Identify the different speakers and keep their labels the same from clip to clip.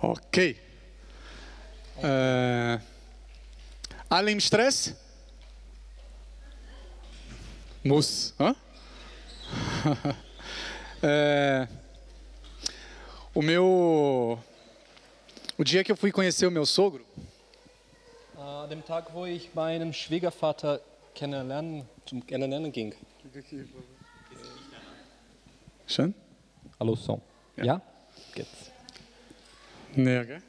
Speaker 1: Okay. Äh, alle im Stress? Muss. Hã? É, o meu. O dia que eu fui conhecer o meu sogro,
Speaker 2: Äh, An dem Tag, wo ich meinen Schwiegervater kennenlernen, zum Kennenlernen ging.
Speaker 1: Xan?
Speaker 2: Hallo, Song. Ja? ja? Geht's.
Speaker 3: Né,
Speaker 1: Nega.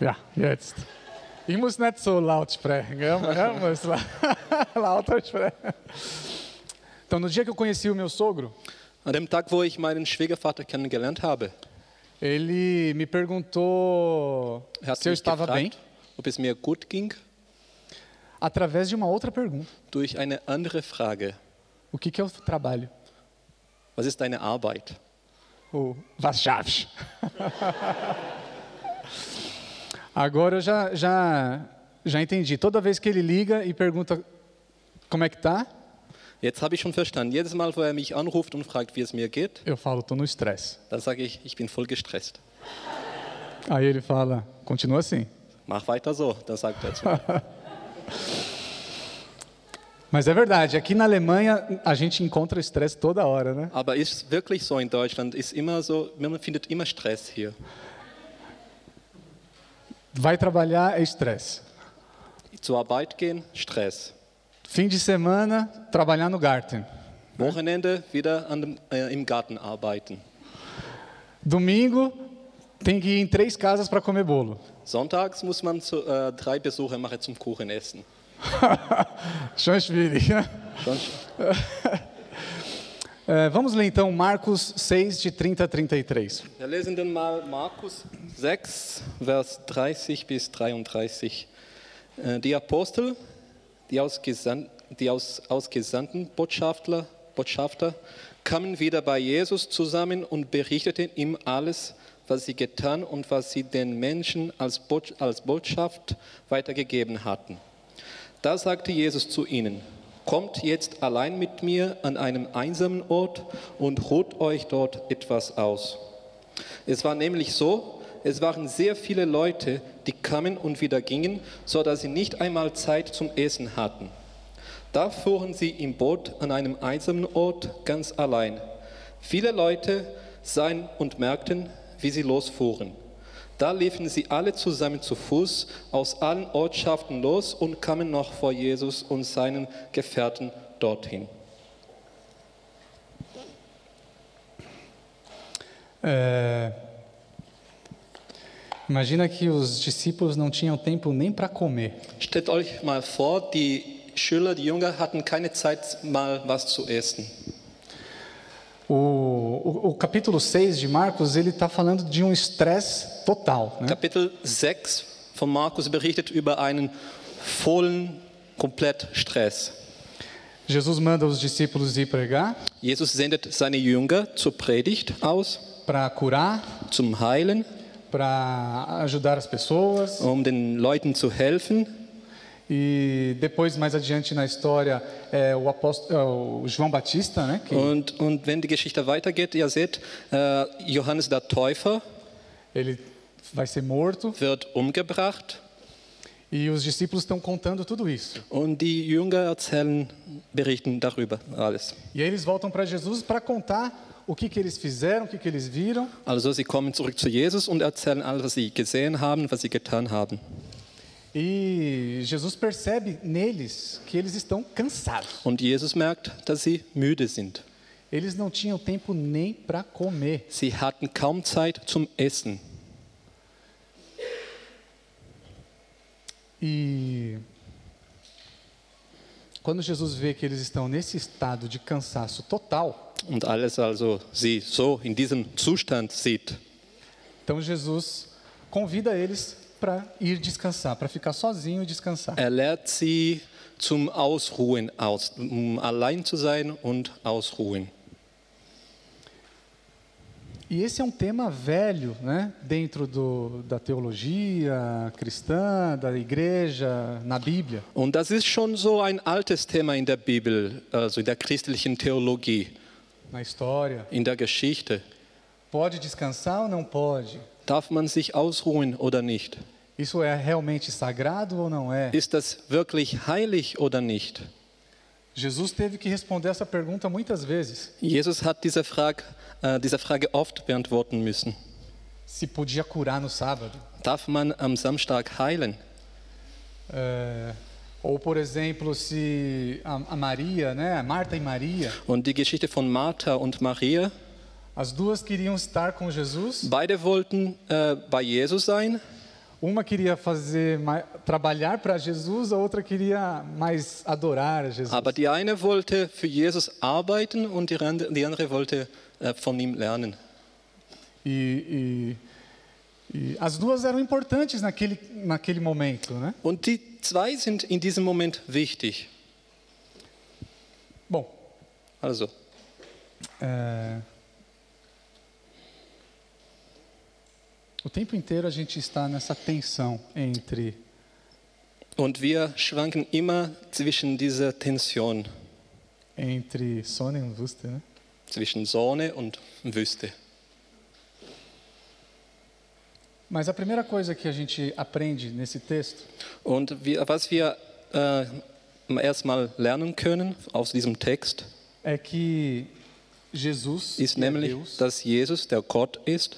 Speaker 3: Ja, jetzt. Ich muss nicht so laut sprechen, gell? Ja, muss la- lauter sprechen. Então, no dia que eu conheci o meu sogro,
Speaker 2: An dem Tag, wo ich meinen Schwiegervater kennengelernt habe,
Speaker 3: ele me perguntou
Speaker 2: er hat
Speaker 3: se eu
Speaker 2: mich
Speaker 3: estava bem
Speaker 2: gefragt, ob es mir gut ging,
Speaker 3: através de uma outra pergunta.
Speaker 2: durch eine andere Frage.
Speaker 3: O que, que é o trabalho?
Speaker 2: Was ist deine Arbeit?
Speaker 3: O was chaves. Agora eu já, já, já entendi. Toda vez que ele liga e pergunta como é que tá,
Speaker 2: Jetzt habe ich schon verstanden. Jedes Mal, wo er mich anruft und fragt, wie es mir geht,
Speaker 3: eu falo, tô no estresse.
Speaker 2: dann sage ich, ich bin voll gestresst.
Speaker 3: Aí ele fala, continua assim.
Speaker 2: Mach weiter so, dann sagt er zu mir.
Speaker 3: Mas é verdade, aqui na Alemanha a gente encontra estresse toda hora, né?
Speaker 2: Aber ist wirklich so in Deutschland, ist immer so, man findet immer Stress hier.
Speaker 3: Vai trabalhar é estresse.
Speaker 2: Zur Arbeit gehen, Stress.
Speaker 3: Fim de semana, trabalhar no Garten.
Speaker 2: Wochenende wieder an dem, äh, im Garten arbeiten.
Speaker 3: Domingo, tem que ir em três casas para comer bolo.
Speaker 2: Sonntags muss man zu, äh, drei Besuche machen zum Kuchen essen.
Speaker 3: Chanchville.
Speaker 2: Schon
Speaker 3: É, vamos ler então Marcos 6, de 30 a 33.
Speaker 2: Wir lesen dann mal Markus 6, Vers 30 bis 33. Äh, Die Apostel, die, ausgesandt, die aus, ausgesandten Botschafter, Botschafter kamen wieder bei Jesus zusammen und berichteten ihm alles, was sie getan und was sie den Menschen als, Bot, als Botschaft weitergegeben hatten. Da sagte Jesus zu ihnen, kommt jetzt allein mit mir an einem einsamen Ort und ruht euch dort etwas aus. Es war nämlich so, es waren sehr viele Leute, die kamen und wieder gingen, so dass sie nicht einmal Zeit zum Essen hatten. Da fuhren sie im Boot an einem einsamen Ort ganz allein. Viele Leute sahen und merkten, wie sie losfuhren. Da liefen sie alle zusammen zu Fuß aus allen Ortschaften los und kamen noch vor Jesus und seinen Gefährten dorthin.
Speaker 3: É, Imagina que os discípulos não tinham tempo nem para comer.
Speaker 2: Stellt euch mal vor, die Schüler, die Jünger hatten keine Zeit, mal was zu essen.
Speaker 3: O, o, o capítulo 6 de Marcos, ele está falando de um estresse total. Né?
Speaker 2: Kapitel 6 von Markus berichtet über einen vollen Komplettstress.
Speaker 3: Jesus manda os discípulos ir pregar
Speaker 2: Jesus sendet seine Jünger zur Predigt aus,
Speaker 3: para curar,
Speaker 2: zum Heilen,
Speaker 3: para ajudar as pessoas.
Speaker 2: um den Leuten zu helfen.
Speaker 3: E depois, mais adiante na história, é o, apóstolo, é o João Batista, né? que
Speaker 2: Und, und wenn die Geschichte weitergeht, ihr seht, äh, Johannes der Täufer
Speaker 3: ele vai ser morto.
Speaker 2: wird umgebracht
Speaker 3: E os discípulos estão contando tudo isso.
Speaker 2: und die Jünger erzählen, berichten darüber alles.
Speaker 3: E aí eles voltam para Jesus para contar o que, que eles fizeram, o que, que eles viram.
Speaker 2: Also sie kommen zurück zu Jesus und erzählen alles, was sie gesehen haben, was sie getan haben.
Speaker 3: E Jesus percebe neles que eles estão cansados.
Speaker 2: Und Jesus merkt, dass sie müde sind.
Speaker 3: Eles não tinham tempo nem para comer.
Speaker 2: Sie hatten kaum Zeit zum Essen.
Speaker 3: E quando Jesus vê que eles estão nesse estado de cansaço total,
Speaker 2: Und alles also sie so in diesem Zustand sieht.
Speaker 3: então Jesus convida eles para ir descansar, para ficar sozinho e descansar.
Speaker 2: Er lehrt sie zum Ausruhen aus, um allein zu sein und ausruhen.
Speaker 3: E esse é um tema velho, né? Dentro do, da teologia cristã, da igreja, na Bíblia.
Speaker 2: Und das ist schon so ein altes Thema in der Bibel, also in der christlichen Theologie.
Speaker 3: na história.
Speaker 2: in der Geschichte.
Speaker 3: Pode descansar ou não pode?
Speaker 2: Darf man sich ausruhen oder nicht?
Speaker 3: Isso é realmente sagrado ou não é?
Speaker 2: Ist das wirklich heilig oder nicht?
Speaker 3: Jesus teve que responder essa pergunta muitas vezes.
Speaker 2: Jesus hat diese Frage, äh, diese Frage oft beantworten müssen.
Speaker 3: Se podia curar no sábado.
Speaker 2: Darf man am Samstag heilen?
Speaker 3: É, ou, por exemplo, se a, a Maria, né, a Marta e Maria,
Speaker 2: Und die Geschichte von Martha und Maria,
Speaker 3: as duas queriam estar com Jesus.
Speaker 2: beide wollten äh, bei Jesus sein.
Speaker 3: Uma queria fazer mai- trabalhar para Jesus, a outra queria mais adorar a Jesus.
Speaker 2: Aber die eine wollte für Jesus arbeiten und die ran- die andere wollte äh, von ihm lernen.
Speaker 3: E, e- e as duas eram importantes naquele, naquele momento, né?
Speaker 2: Und die zwei sind in diesem Moment wichtig.
Speaker 3: Bom,
Speaker 2: Also,
Speaker 3: É. O tempo inteiro a gente está nessa tensão entre
Speaker 2: und wir schwanken immer zwischen dieser Tension,
Speaker 3: entre Sônia e Wuster, né?
Speaker 2: zwischen Sonne und Wüste.
Speaker 3: Mas a primeira coisa que a gente aprende nesse texto
Speaker 2: Und wir, was wir äh, erstmal lernen können aus diesem Text,
Speaker 3: é que Jesus,
Speaker 2: ist
Speaker 3: que é
Speaker 2: nämlich,
Speaker 3: Deus,
Speaker 2: dass Jesus der Gott ist,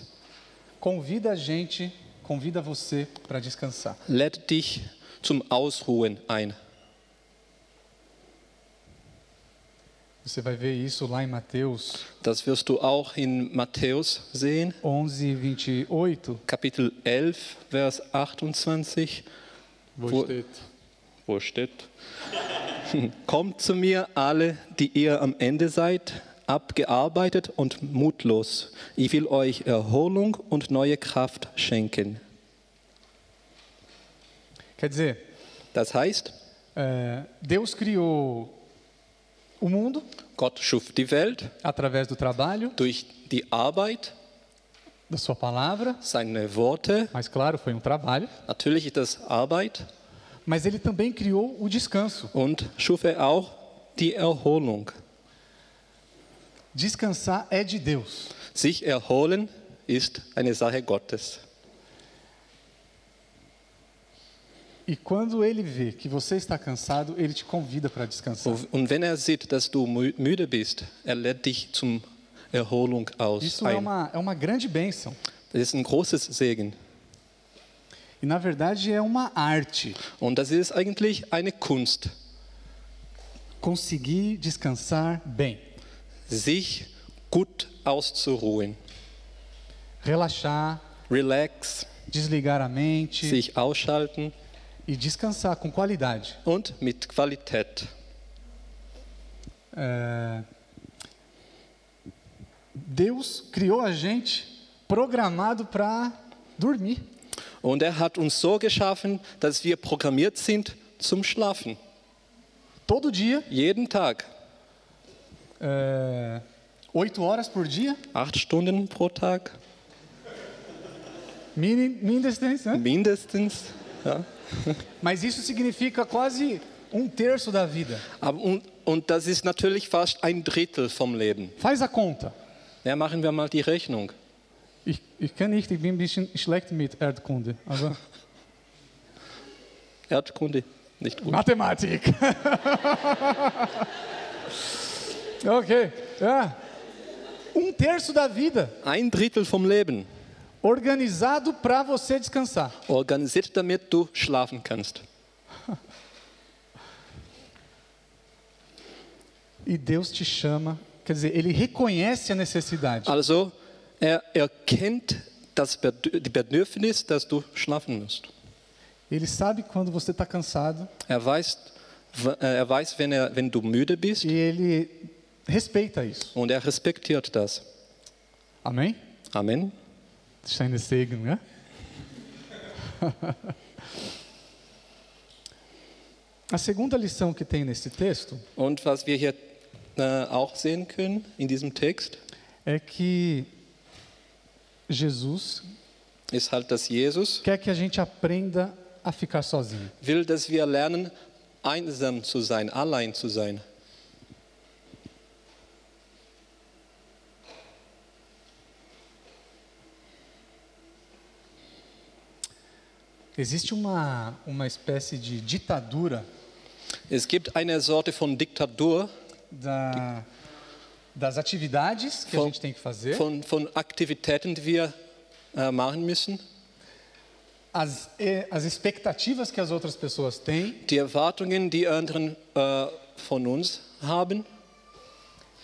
Speaker 3: convida a gente, convida você para descansar.
Speaker 2: lädt dich zum Ausruhen ein.
Speaker 3: Você vai ver isso lá em Mateus
Speaker 2: Das wirst du auch in Matthäus sehen,
Speaker 3: 11, 28.
Speaker 2: Kapitel 11, Vers 28. Wo- Wo steht? Kommt zu mir alle, die ihr am Ende seid, abgearbeitet und mutlos. Ich will euch Erholung und neue Kraft schenken.
Speaker 3: Quer dizer,
Speaker 2: Das heißt,
Speaker 3: é, Deus criou o mundo
Speaker 2: Gott schuf die Welt
Speaker 3: através do trabalho,
Speaker 2: durch die Arbeit,
Speaker 3: da sua palavra,
Speaker 2: seine Worte.
Speaker 3: mas claro, foi um trabalho,
Speaker 2: Natürlich ist das Arbeit.
Speaker 3: mas ele também criou o descanso.
Speaker 2: Und schuf er auch die Erholung.
Speaker 3: Descansar é de Deus.
Speaker 2: Sich erholen ist eine Sache Gottes.
Speaker 3: E quando ele vê que você está cansado, ele te convida para descansar.
Speaker 2: Und wenn er sieht, dass du mü- müde bist, er lädt dich zum Erholung aus.
Speaker 3: Isso é
Speaker 2: Ein.
Speaker 3: uma, é uma grande bênção.
Speaker 2: Das ist ein großes Segen.
Speaker 3: E na verdade é uma arte
Speaker 2: Und das ist eigentlich eine Kunst,
Speaker 3: conseguir descansar bem,
Speaker 2: sich gut auszuruhen.
Speaker 3: relaxar,
Speaker 2: Relax,
Speaker 3: desligar a mente
Speaker 2: sich ausschalten
Speaker 3: e descansar com qualidade.
Speaker 2: und mit Qualität.
Speaker 3: É, Deus criou a gente programado para dormir.
Speaker 2: Und er hat uns so geschaffen, dass wir programmiert sind zum Schlafen.
Speaker 3: Todo dia
Speaker 2: Jeden Tag.
Speaker 3: é, oito horas por dia,
Speaker 2: Acht Stunden pro Tag,
Speaker 3: mini- mindestens, né?
Speaker 2: mindestens. Ja.
Speaker 3: Mas isso significa quase um terço da vida.
Speaker 2: Aber und, und das ist natürlich fast ein Drittel vom Leben.
Speaker 3: Faz a conta.
Speaker 2: Ja, machen wir mal die Rechnung.
Speaker 3: Ich, ich kann nicht, ich bin ein bisschen schlecht mit Erdkunde. Aber...
Speaker 2: Erdkunde, nicht gut.
Speaker 3: Mathematik. ok. Ah. Um terço da vida
Speaker 2: Ein Drittel vom Leben.
Speaker 3: organizado para você descansar.
Speaker 2: Organisiert, damit du schlafen kannst.
Speaker 3: E Deus te chama, quer dizer, Ele reconhece a necessidade.
Speaker 2: Also, er erkennt das Bedür- die Bedürfnis, dass du schlafen musst.
Speaker 3: Ele sabe quando você está cansado
Speaker 2: Er weiß, w- äh, er weiß wenn, er, wenn du müde bist
Speaker 3: e Ele respeita isso.
Speaker 2: und er respektiert das.
Speaker 3: Amém?
Speaker 2: Amen.
Speaker 3: Steine Segen, né? A segunda lição que tem nesse texto
Speaker 2: Und was wir hier äh, auch sehen können in diesem Text,
Speaker 3: é que Jesus
Speaker 2: ist halt, dass Jesus
Speaker 3: quer que a gente aprenda a ficar sozinho.
Speaker 2: will, dass wir lernen, einsam zu sein, allein zu sein.
Speaker 3: Existe uma, uma espécie de ditadura
Speaker 2: Es gibt eine Sorte von Diktatur,
Speaker 3: da, das atividades que a
Speaker 2: Von-
Speaker 3: gente tem que fazer,
Speaker 2: von, von Aktivitäten, die wir äh, machen müssen,
Speaker 3: as, e- as expectativas que as outras pessoas têm,
Speaker 2: die Erwartungen, die anderen äh, von uns haben,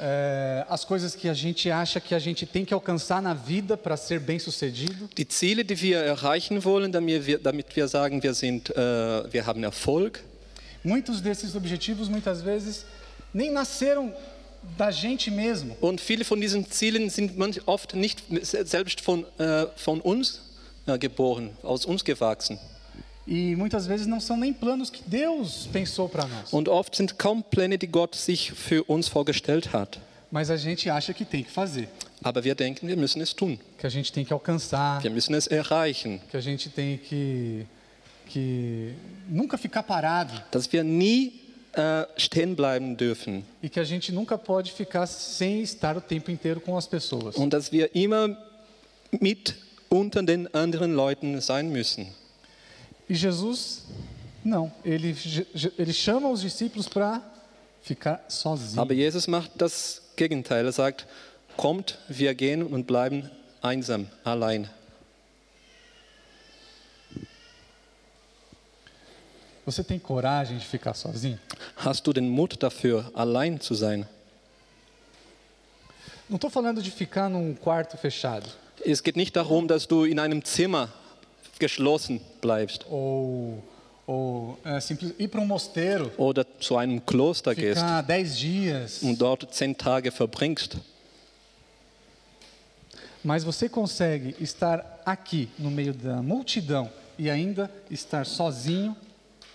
Speaker 3: eh, as coisas que a gente acha que a gente tem que alcançar na vida para ser bem sucedido.
Speaker 2: die Ziele, die wir erreichen wollen, damit wir, damit wir sagen, wir, sind, äh, wir haben Erfolg.
Speaker 3: Muitos desses objetivos, muitas vezes, nem nasceram da gente mesmo.
Speaker 2: Und viele von diesen Zielen sind manch oft nicht selbst von, äh, von uns äh, geboren, aus uns gewachsen.
Speaker 3: E muitas vezes não são nem planos que Deus pensou para nós.
Speaker 2: Und oft sind kaum Pläne, die Gott sich für uns vorgestellt hat.
Speaker 3: Mas a gente acha que tem que fazer,
Speaker 2: Aber wir denken, wir müssen es tun.
Speaker 3: que a gente tem que alcançar,
Speaker 2: Wir müssen es erreichen.
Speaker 3: que a gente tem que, que nunca ficar parado.
Speaker 2: Dass wir nie äh, stehen bleiben dürfen.
Speaker 3: e que a gente nunca pode ficar sem estar o tempo inteiro com as pessoas.
Speaker 2: Und dass wir immer mit unter den anderen Leuten sein müssen.
Speaker 3: E Jesus, não, ele, Je- Je- ele chama os discípulos para ficar sozinho.
Speaker 2: Aber Jesus macht das Gegenteil. Er sagt, kommt, wir gehen und bleiben einsam, allein.
Speaker 3: Você tem coragem de ficar sozinho?
Speaker 2: Hast du den Mut dafür, allein zu sein?
Speaker 3: Não estou falando de ficar num quarto fechado
Speaker 2: Es geht nicht darum, dass du in einem Zimmer geschlossen bleibst
Speaker 3: ou, ou é, simples, ir para um mosteiro,
Speaker 2: oder zu einem Kloster gehst
Speaker 3: ficar dez dias.
Speaker 2: und dort zehn Tage verbringst.
Speaker 3: Mas você consegue estar aqui no meio da multidão e ainda estar sozinho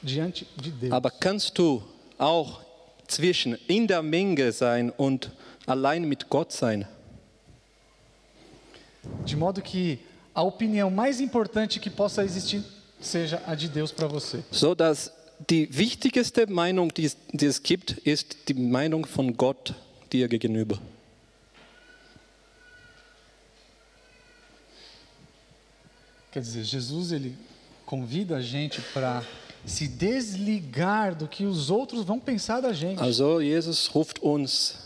Speaker 3: diante de Deus.
Speaker 2: Aber kannst du auch zwischen in der Menge sein und allein mit Gott sein?
Speaker 3: De modo que a opinião mais importante que possa existir seja a de Deus para você.
Speaker 2: So dass die wichtigste Meinung, die es, die es gibt, ist die Meinung von Gott dir gegenüber.
Speaker 3: Quer dizer, Jesus ele convida a gente para se desligar do que os outros vão pensar da gente.
Speaker 2: Also Jesus ruft uns,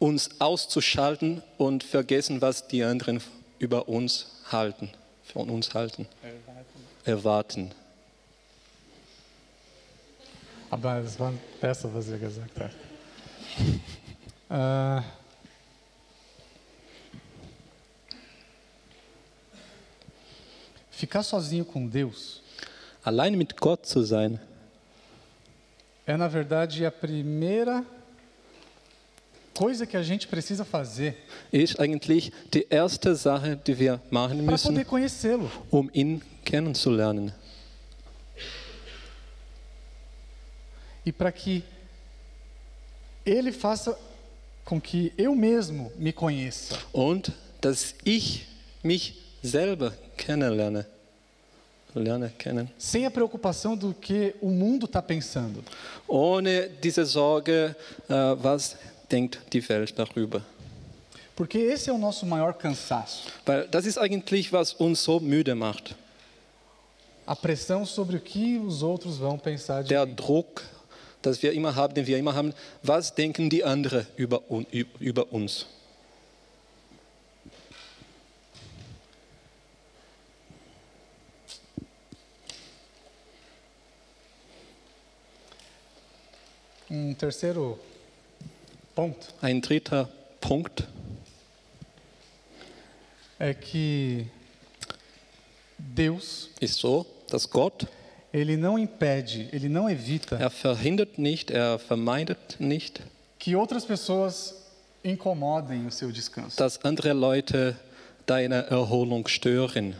Speaker 2: uns auszuschalten und vergessen, was die anderen über uns halten, von uns halten, erwarten.
Speaker 3: Aber das war besser, was ihr gesagt habt. Äh, ficar sozinho com Deus
Speaker 2: Allein mit Gott zu sein,
Speaker 3: é, na verdade, a primeira coisa que a gente precisa fazer
Speaker 2: ist eigentlich die erste Sache, die wir machen
Speaker 3: para poder
Speaker 2: müssen,
Speaker 3: conhecê-lo.
Speaker 2: um ihn kennenzulernen.
Speaker 3: e para que Ele faça com que eu mesmo me conheça.
Speaker 2: Und dass ich mich selber kennenlerne. Lerne kennen.
Speaker 3: Sem a preocupação do que o mundo está pensando.
Speaker 2: Ohne diese Sorge, äh, was denkt die Welt darüber.
Speaker 3: Porque esse é o nosso maior cansaço.
Speaker 2: Weil das ist eigentlich, was uns so müde macht.
Speaker 3: A pressão sobre o que os outros vão pensar de
Speaker 2: Der
Speaker 3: mim.
Speaker 2: Druck, dass wir immer haben, den wir immer haben, was denken die anderen über, un- ü- über uns?
Speaker 3: Um terceiro ponto
Speaker 2: Ein dritter Punkt,
Speaker 3: é que Deus,
Speaker 2: ist so, dass Gott,
Speaker 3: ele não impede, ele não evita
Speaker 2: er verhindert nicht, er vermeidet nicht,
Speaker 3: que outras pessoas incomodem o seu descanso.
Speaker 2: dass andere Leute deine Erholung stören.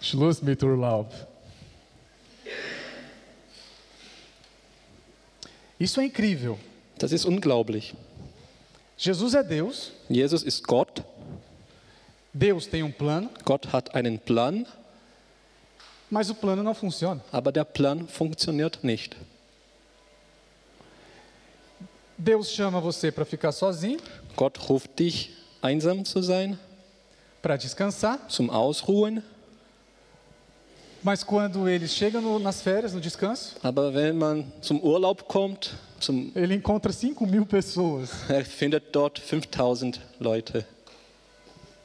Speaker 3: Schluss mit Urlaub. Isso é incrível.
Speaker 2: Das ist unglaublich.
Speaker 3: Jesus é Deus,
Speaker 2: Jesus ist Gott,
Speaker 3: Deus tem um plano,
Speaker 2: Gott hat einen Plan,
Speaker 3: mas o plano não funciona.
Speaker 2: aber der Plan funktioniert nicht.
Speaker 3: Deus chama você para ficar sozinho,
Speaker 2: Gott ruft dich, einsam zu sein,
Speaker 3: para descansar,
Speaker 2: zum Ausruhen.
Speaker 3: mas quando ele chega no- nas férias, no descanso,
Speaker 2: Aber wenn man zum Urlaub kommt, zum,
Speaker 3: ele encontra 5 mil pessoas.
Speaker 2: er findet dort 5000 Leute.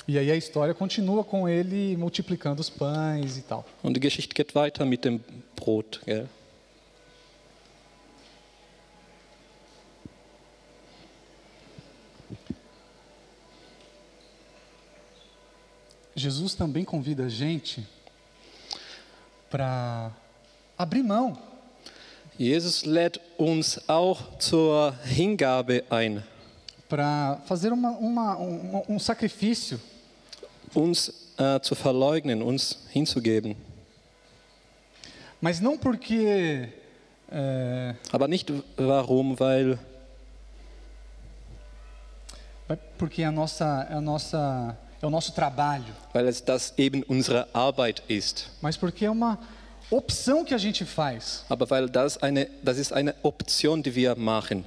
Speaker 3: E aí a história continua com ele multiplicando os pães e tal.
Speaker 2: Und die Geschichte geht weiter mit dem Brot. Gell?
Speaker 3: Jesus também convida a gente para abrir mão
Speaker 2: Jesus lädt uns auch zur Hingabe ein,
Speaker 3: para fazer uma, uma- um, um sacrifício.
Speaker 2: uns äh, zu verleugnen, uns hinzugeben.
Speaker 3: Mas não porque. é,
Speaker 2: Aber nicht warum, weil,
Speaker 3: porque é a nossa, é, a nossa, é o nosso trabalho,
Speaker 2: weil es das eben unsere Arbeit ist,
Speaker 3: mas porque é uma opção que a gente faz.
Speaker 2: aber weil das, eine, das ist eine Option, die wir machen.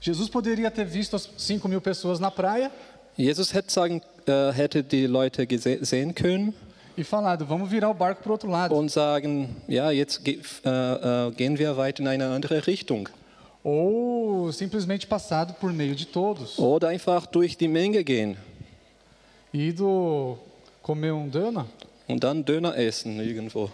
Speaker 3: Jesus poderia ter visto as 5 mil pessoas na praia
Speaker 2: Jesus hätte, sagen, äh, hätte die Leute gese- sehen können
Speaker 3: e falado: vamos virar o barco para o outro lado.
Speaker 2: und sagen, ja, jetzt ge äh, äh, gehen wir weit in eine andere Richtung.
Speaker 3: Ou simplesmente passado por meio de todos.
Speaker 2: Oder einfach durch die Menge gehen
Speaker 3: Ido comer um dana?
Speaker 2: und dann Döner essen irgendwo.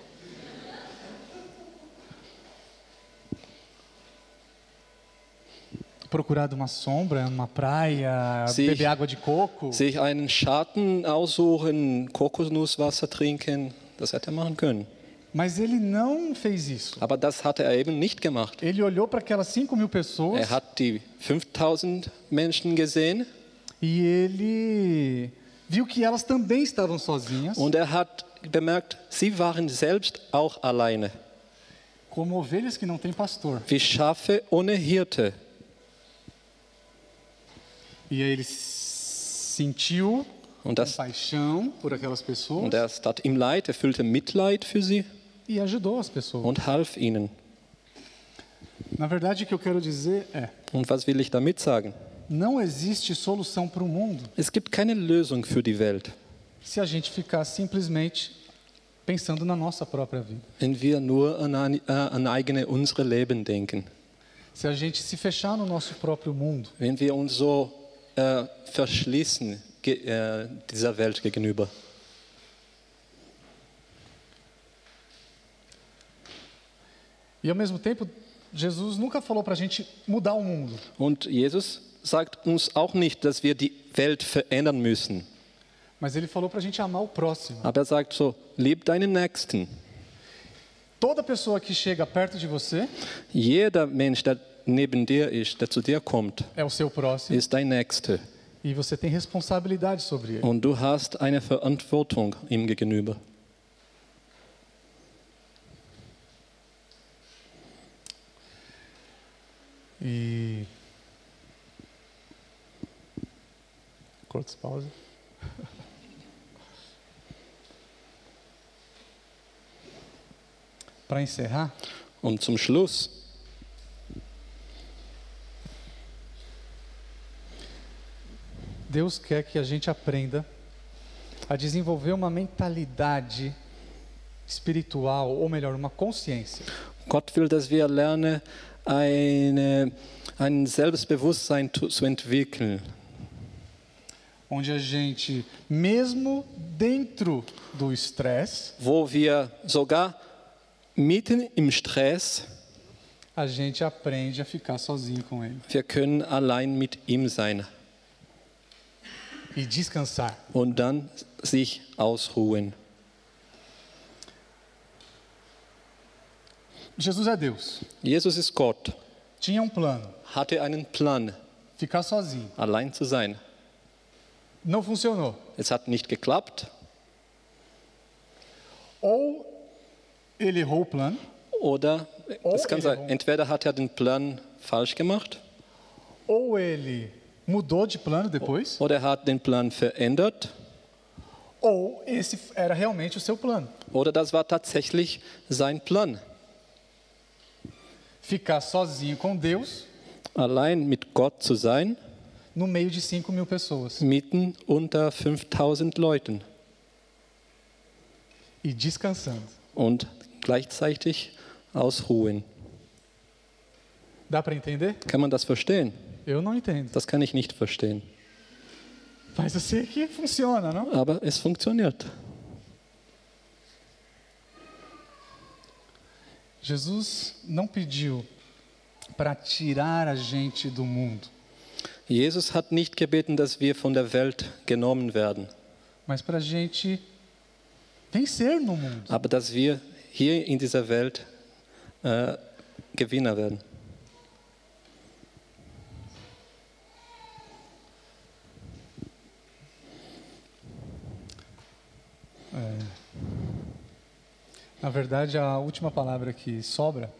Speaker 3: Procurado uma sombra, uma praia,
Speaker 2: Sim.
Speaker 3: beber água de coco.
Speaker 2: Sich einen Schatten aussuchen, Kokosnusswasser trinken, das hätte er machen können.
Speaker 3: Mas ele não fez isso.
Speaker 2: Aber das hatte er eben nicht gemacht.
Speaker 3: Ele olhou para aquelas 5 mil pessoas
Speaker 2: Er hat die 5000 Menschen gesehen
Speaker 3: e ele viu que elas também estavam sozinhas.
Speaker 2: und er hat bemerkt, sie waren selbst auch alleine,
Speaker 3: Como ovelhas que não têm pastor.
Speaker 2: wie Schafe ohne Hirte.
Speaker 3: E aí ele sentiu
Speaker 2: Und, das,
Speaker 3: paixão por aquelas pessoas
Speaker 2: und er tat ihm leid, er fühlte Mitleid für sie
Speaker 3: e ajudou as pessoas.
Speaker 2: und half ihnen.
Speaker 3: Na verdade, o que eu quero dizer é:
Speaker 2: Und was will ich damit sagen?
Speaker 3: não existe solução para o mundo
Speaker 2: Es gibt keine Lösung für die Welt,
Speaker 3: se a gente ficar simplesmente pensando na nossa própria vida.
Speaker 2: wenn wir nur an, ein- äh, an eigene unsere Leben denken.
Speaker 3: Se a gente se fechar no nosso próprio mundo.
Speaker 2: Wenn wir uns so äh, verschließen ge äh, dieser Welt gegenüber.
Speaker 3: E ao mesmo tempo, Jesus nunca falou para a gente mudar o mundo.
Speaker 2: Und Jesus sagt uns auch nicht, dass wir die Welt verändern müssen.
Speaker 3: Mas ele falou para a gente amar o próximo.
Speaker 2: Aber er sagt so, lieb deinen Nächsten.
Speaker 3: Toda pessoa que chega perto de você
Speaker 2: Jeder Mensch, der neben dir ist, der zu dir kommt,
Speaker 3: é o seu próximo
Speaker 2: ist dein Nächster.
Speaker 3: e você tem responsabilidade sobre ele.
Speaker 2: Und du hast eine Verantwortung ihm gegenüber.
Speaker 3: E. Kurz pausa. Para encerrar,
Speaker 2: Und zum Schluss,
Speaker 3: Deus quer que a gente aprenda a desenvolver uma mentalidade espiritual, ou melhor, uma consciência
Speaker 2: Gott will, dass wir lernen, eine, ein Selbstbewusstsein zu, zu entwickeln,
Speaker 3: onde a gente, mesmo dentro do estresse,
Speaker 2: wo wir sogar mitten im Stress,
Speaker 3: a gente aprende a ficar sozinho com ele
Speaker 2: wir können allein mit ihm sein
Speaker 3: e descansar.
Speaker 2: und dann sich ausruhen.
Speaker 3: Jesus é Deus.
Speaker 2: Jesus ist Gott,
Speaker 3: Tinha um plano,
Speaker 2: hatte einen Plan,
Speaker 3: ficar sozinho.
Speaker 2: allein zu sein.
Speaker 3: Não funcionou.
Speaker 2: Es hat nicht geklappt
Speaker 3: Ou ele errou o plano,
Speaker 2: oder
Speaker 3: Oh,
Speaker 2: es kann sein,
Speaker 3: Erinnerung.
Speaker 2: entweder hat er den Plan falsch gemacht
Speaker 3: ou ele mudou de plano depois,
Speaker 2: oder er hat den Plan verändert
Speaker 3: ou esse era realmente o seu plano,
Speaker 2: oder das war tatsächlich sein Plan.
Speaker 3: ficar sozinho com Deus
Speaker 2: Allein mit Gott zu sein,
Speaker 3: no meio de 5 mil pessoas.
Speaker 2: mitten unter 5000 Leuten.
Speaker 3: e descansando.
Speaker 2: und gleichzeitig ausruhen.
Speaker 3: Dá para entender?
Speaker 2: Kann man das verstehen?
Speaker 3: Eu não entendo.
Speaker 2: Das kann ich nicht verstehen.
Speaker 3: Mas eu sei que funciona, não?
Speaker 2: Aber es funktioniert.
Speaker 3: Jesus não pediu para tirar a gente do mundo,
Speaker 2: Jesus hat nicht gebeten, dass wir von der Welt genommen werden,
Speaker 3: mas para a gente vencer no mundo.
Speaker 2: aber dass wir hier in dieser Welt äh, Gewinner werden.
Speaker 3: Na verdade, a última palavra que sobra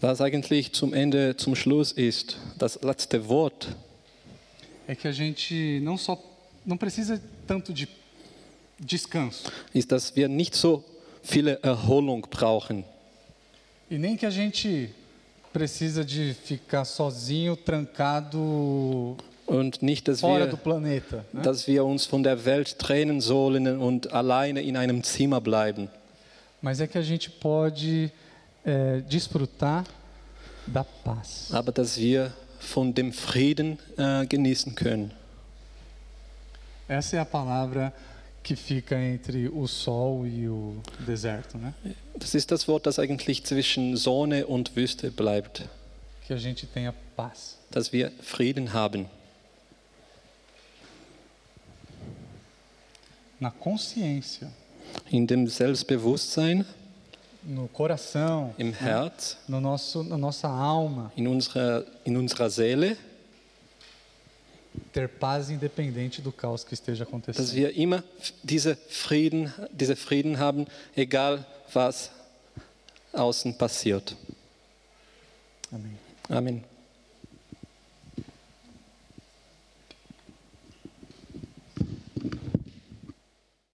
Speaker 2: Was eigentlich zum Ende, zum Schluss ist, das letzte Wort,
Speaker 3: é que a gente não só não precisa tanto de descanso
Speaker 2: ist, dass wir nicht so viele Erholung brauchen
Speaker 3: e nem que a gente precisa de ficar sozinho, trancado
Speaker 2: und nicht, dass
Speaker 3: fora do
Speaker 2: wir,
Speaker 3: planeta. né?
Speaker 2: dass wir uns von der Welt trennen sollen und alleine in einem Zimmer bleiben.
Speaker 3: Mas é que a gente pode é, desfrutar da paz.
Speaker 2: aber dass wir von dem Frieden äh, genießen können.
Speaker 3: Essa é a palavra que fica entre o sol e o deserto, né?
Speaker 2: Das ist das Wort, das eigentlich zwischen Sonne und Wüste bleibt,
Speaker 3: Que a gente tenha paz.
Speaker 2: dass wir Frieden haben,
Speaker 3: Na consciência,
Speaker 2: in dem Selbstbewusstsein,
Speaker 3: no coração,
Speaker 2: im Herz,
Speaker 3: no nosso, na nossa alma,
Speaker 2: in unserer, in unserer Seele,
Speaker 3: ter paz independente do caos que esteja
Speaker 2: dass
Speaker 3: acontecendo.
Speaker 2: wir immer f- diese Frieden, diese Frieden haben, egal was außen passiert.
Speaker 3: Amém.
Speaker 2: Amen.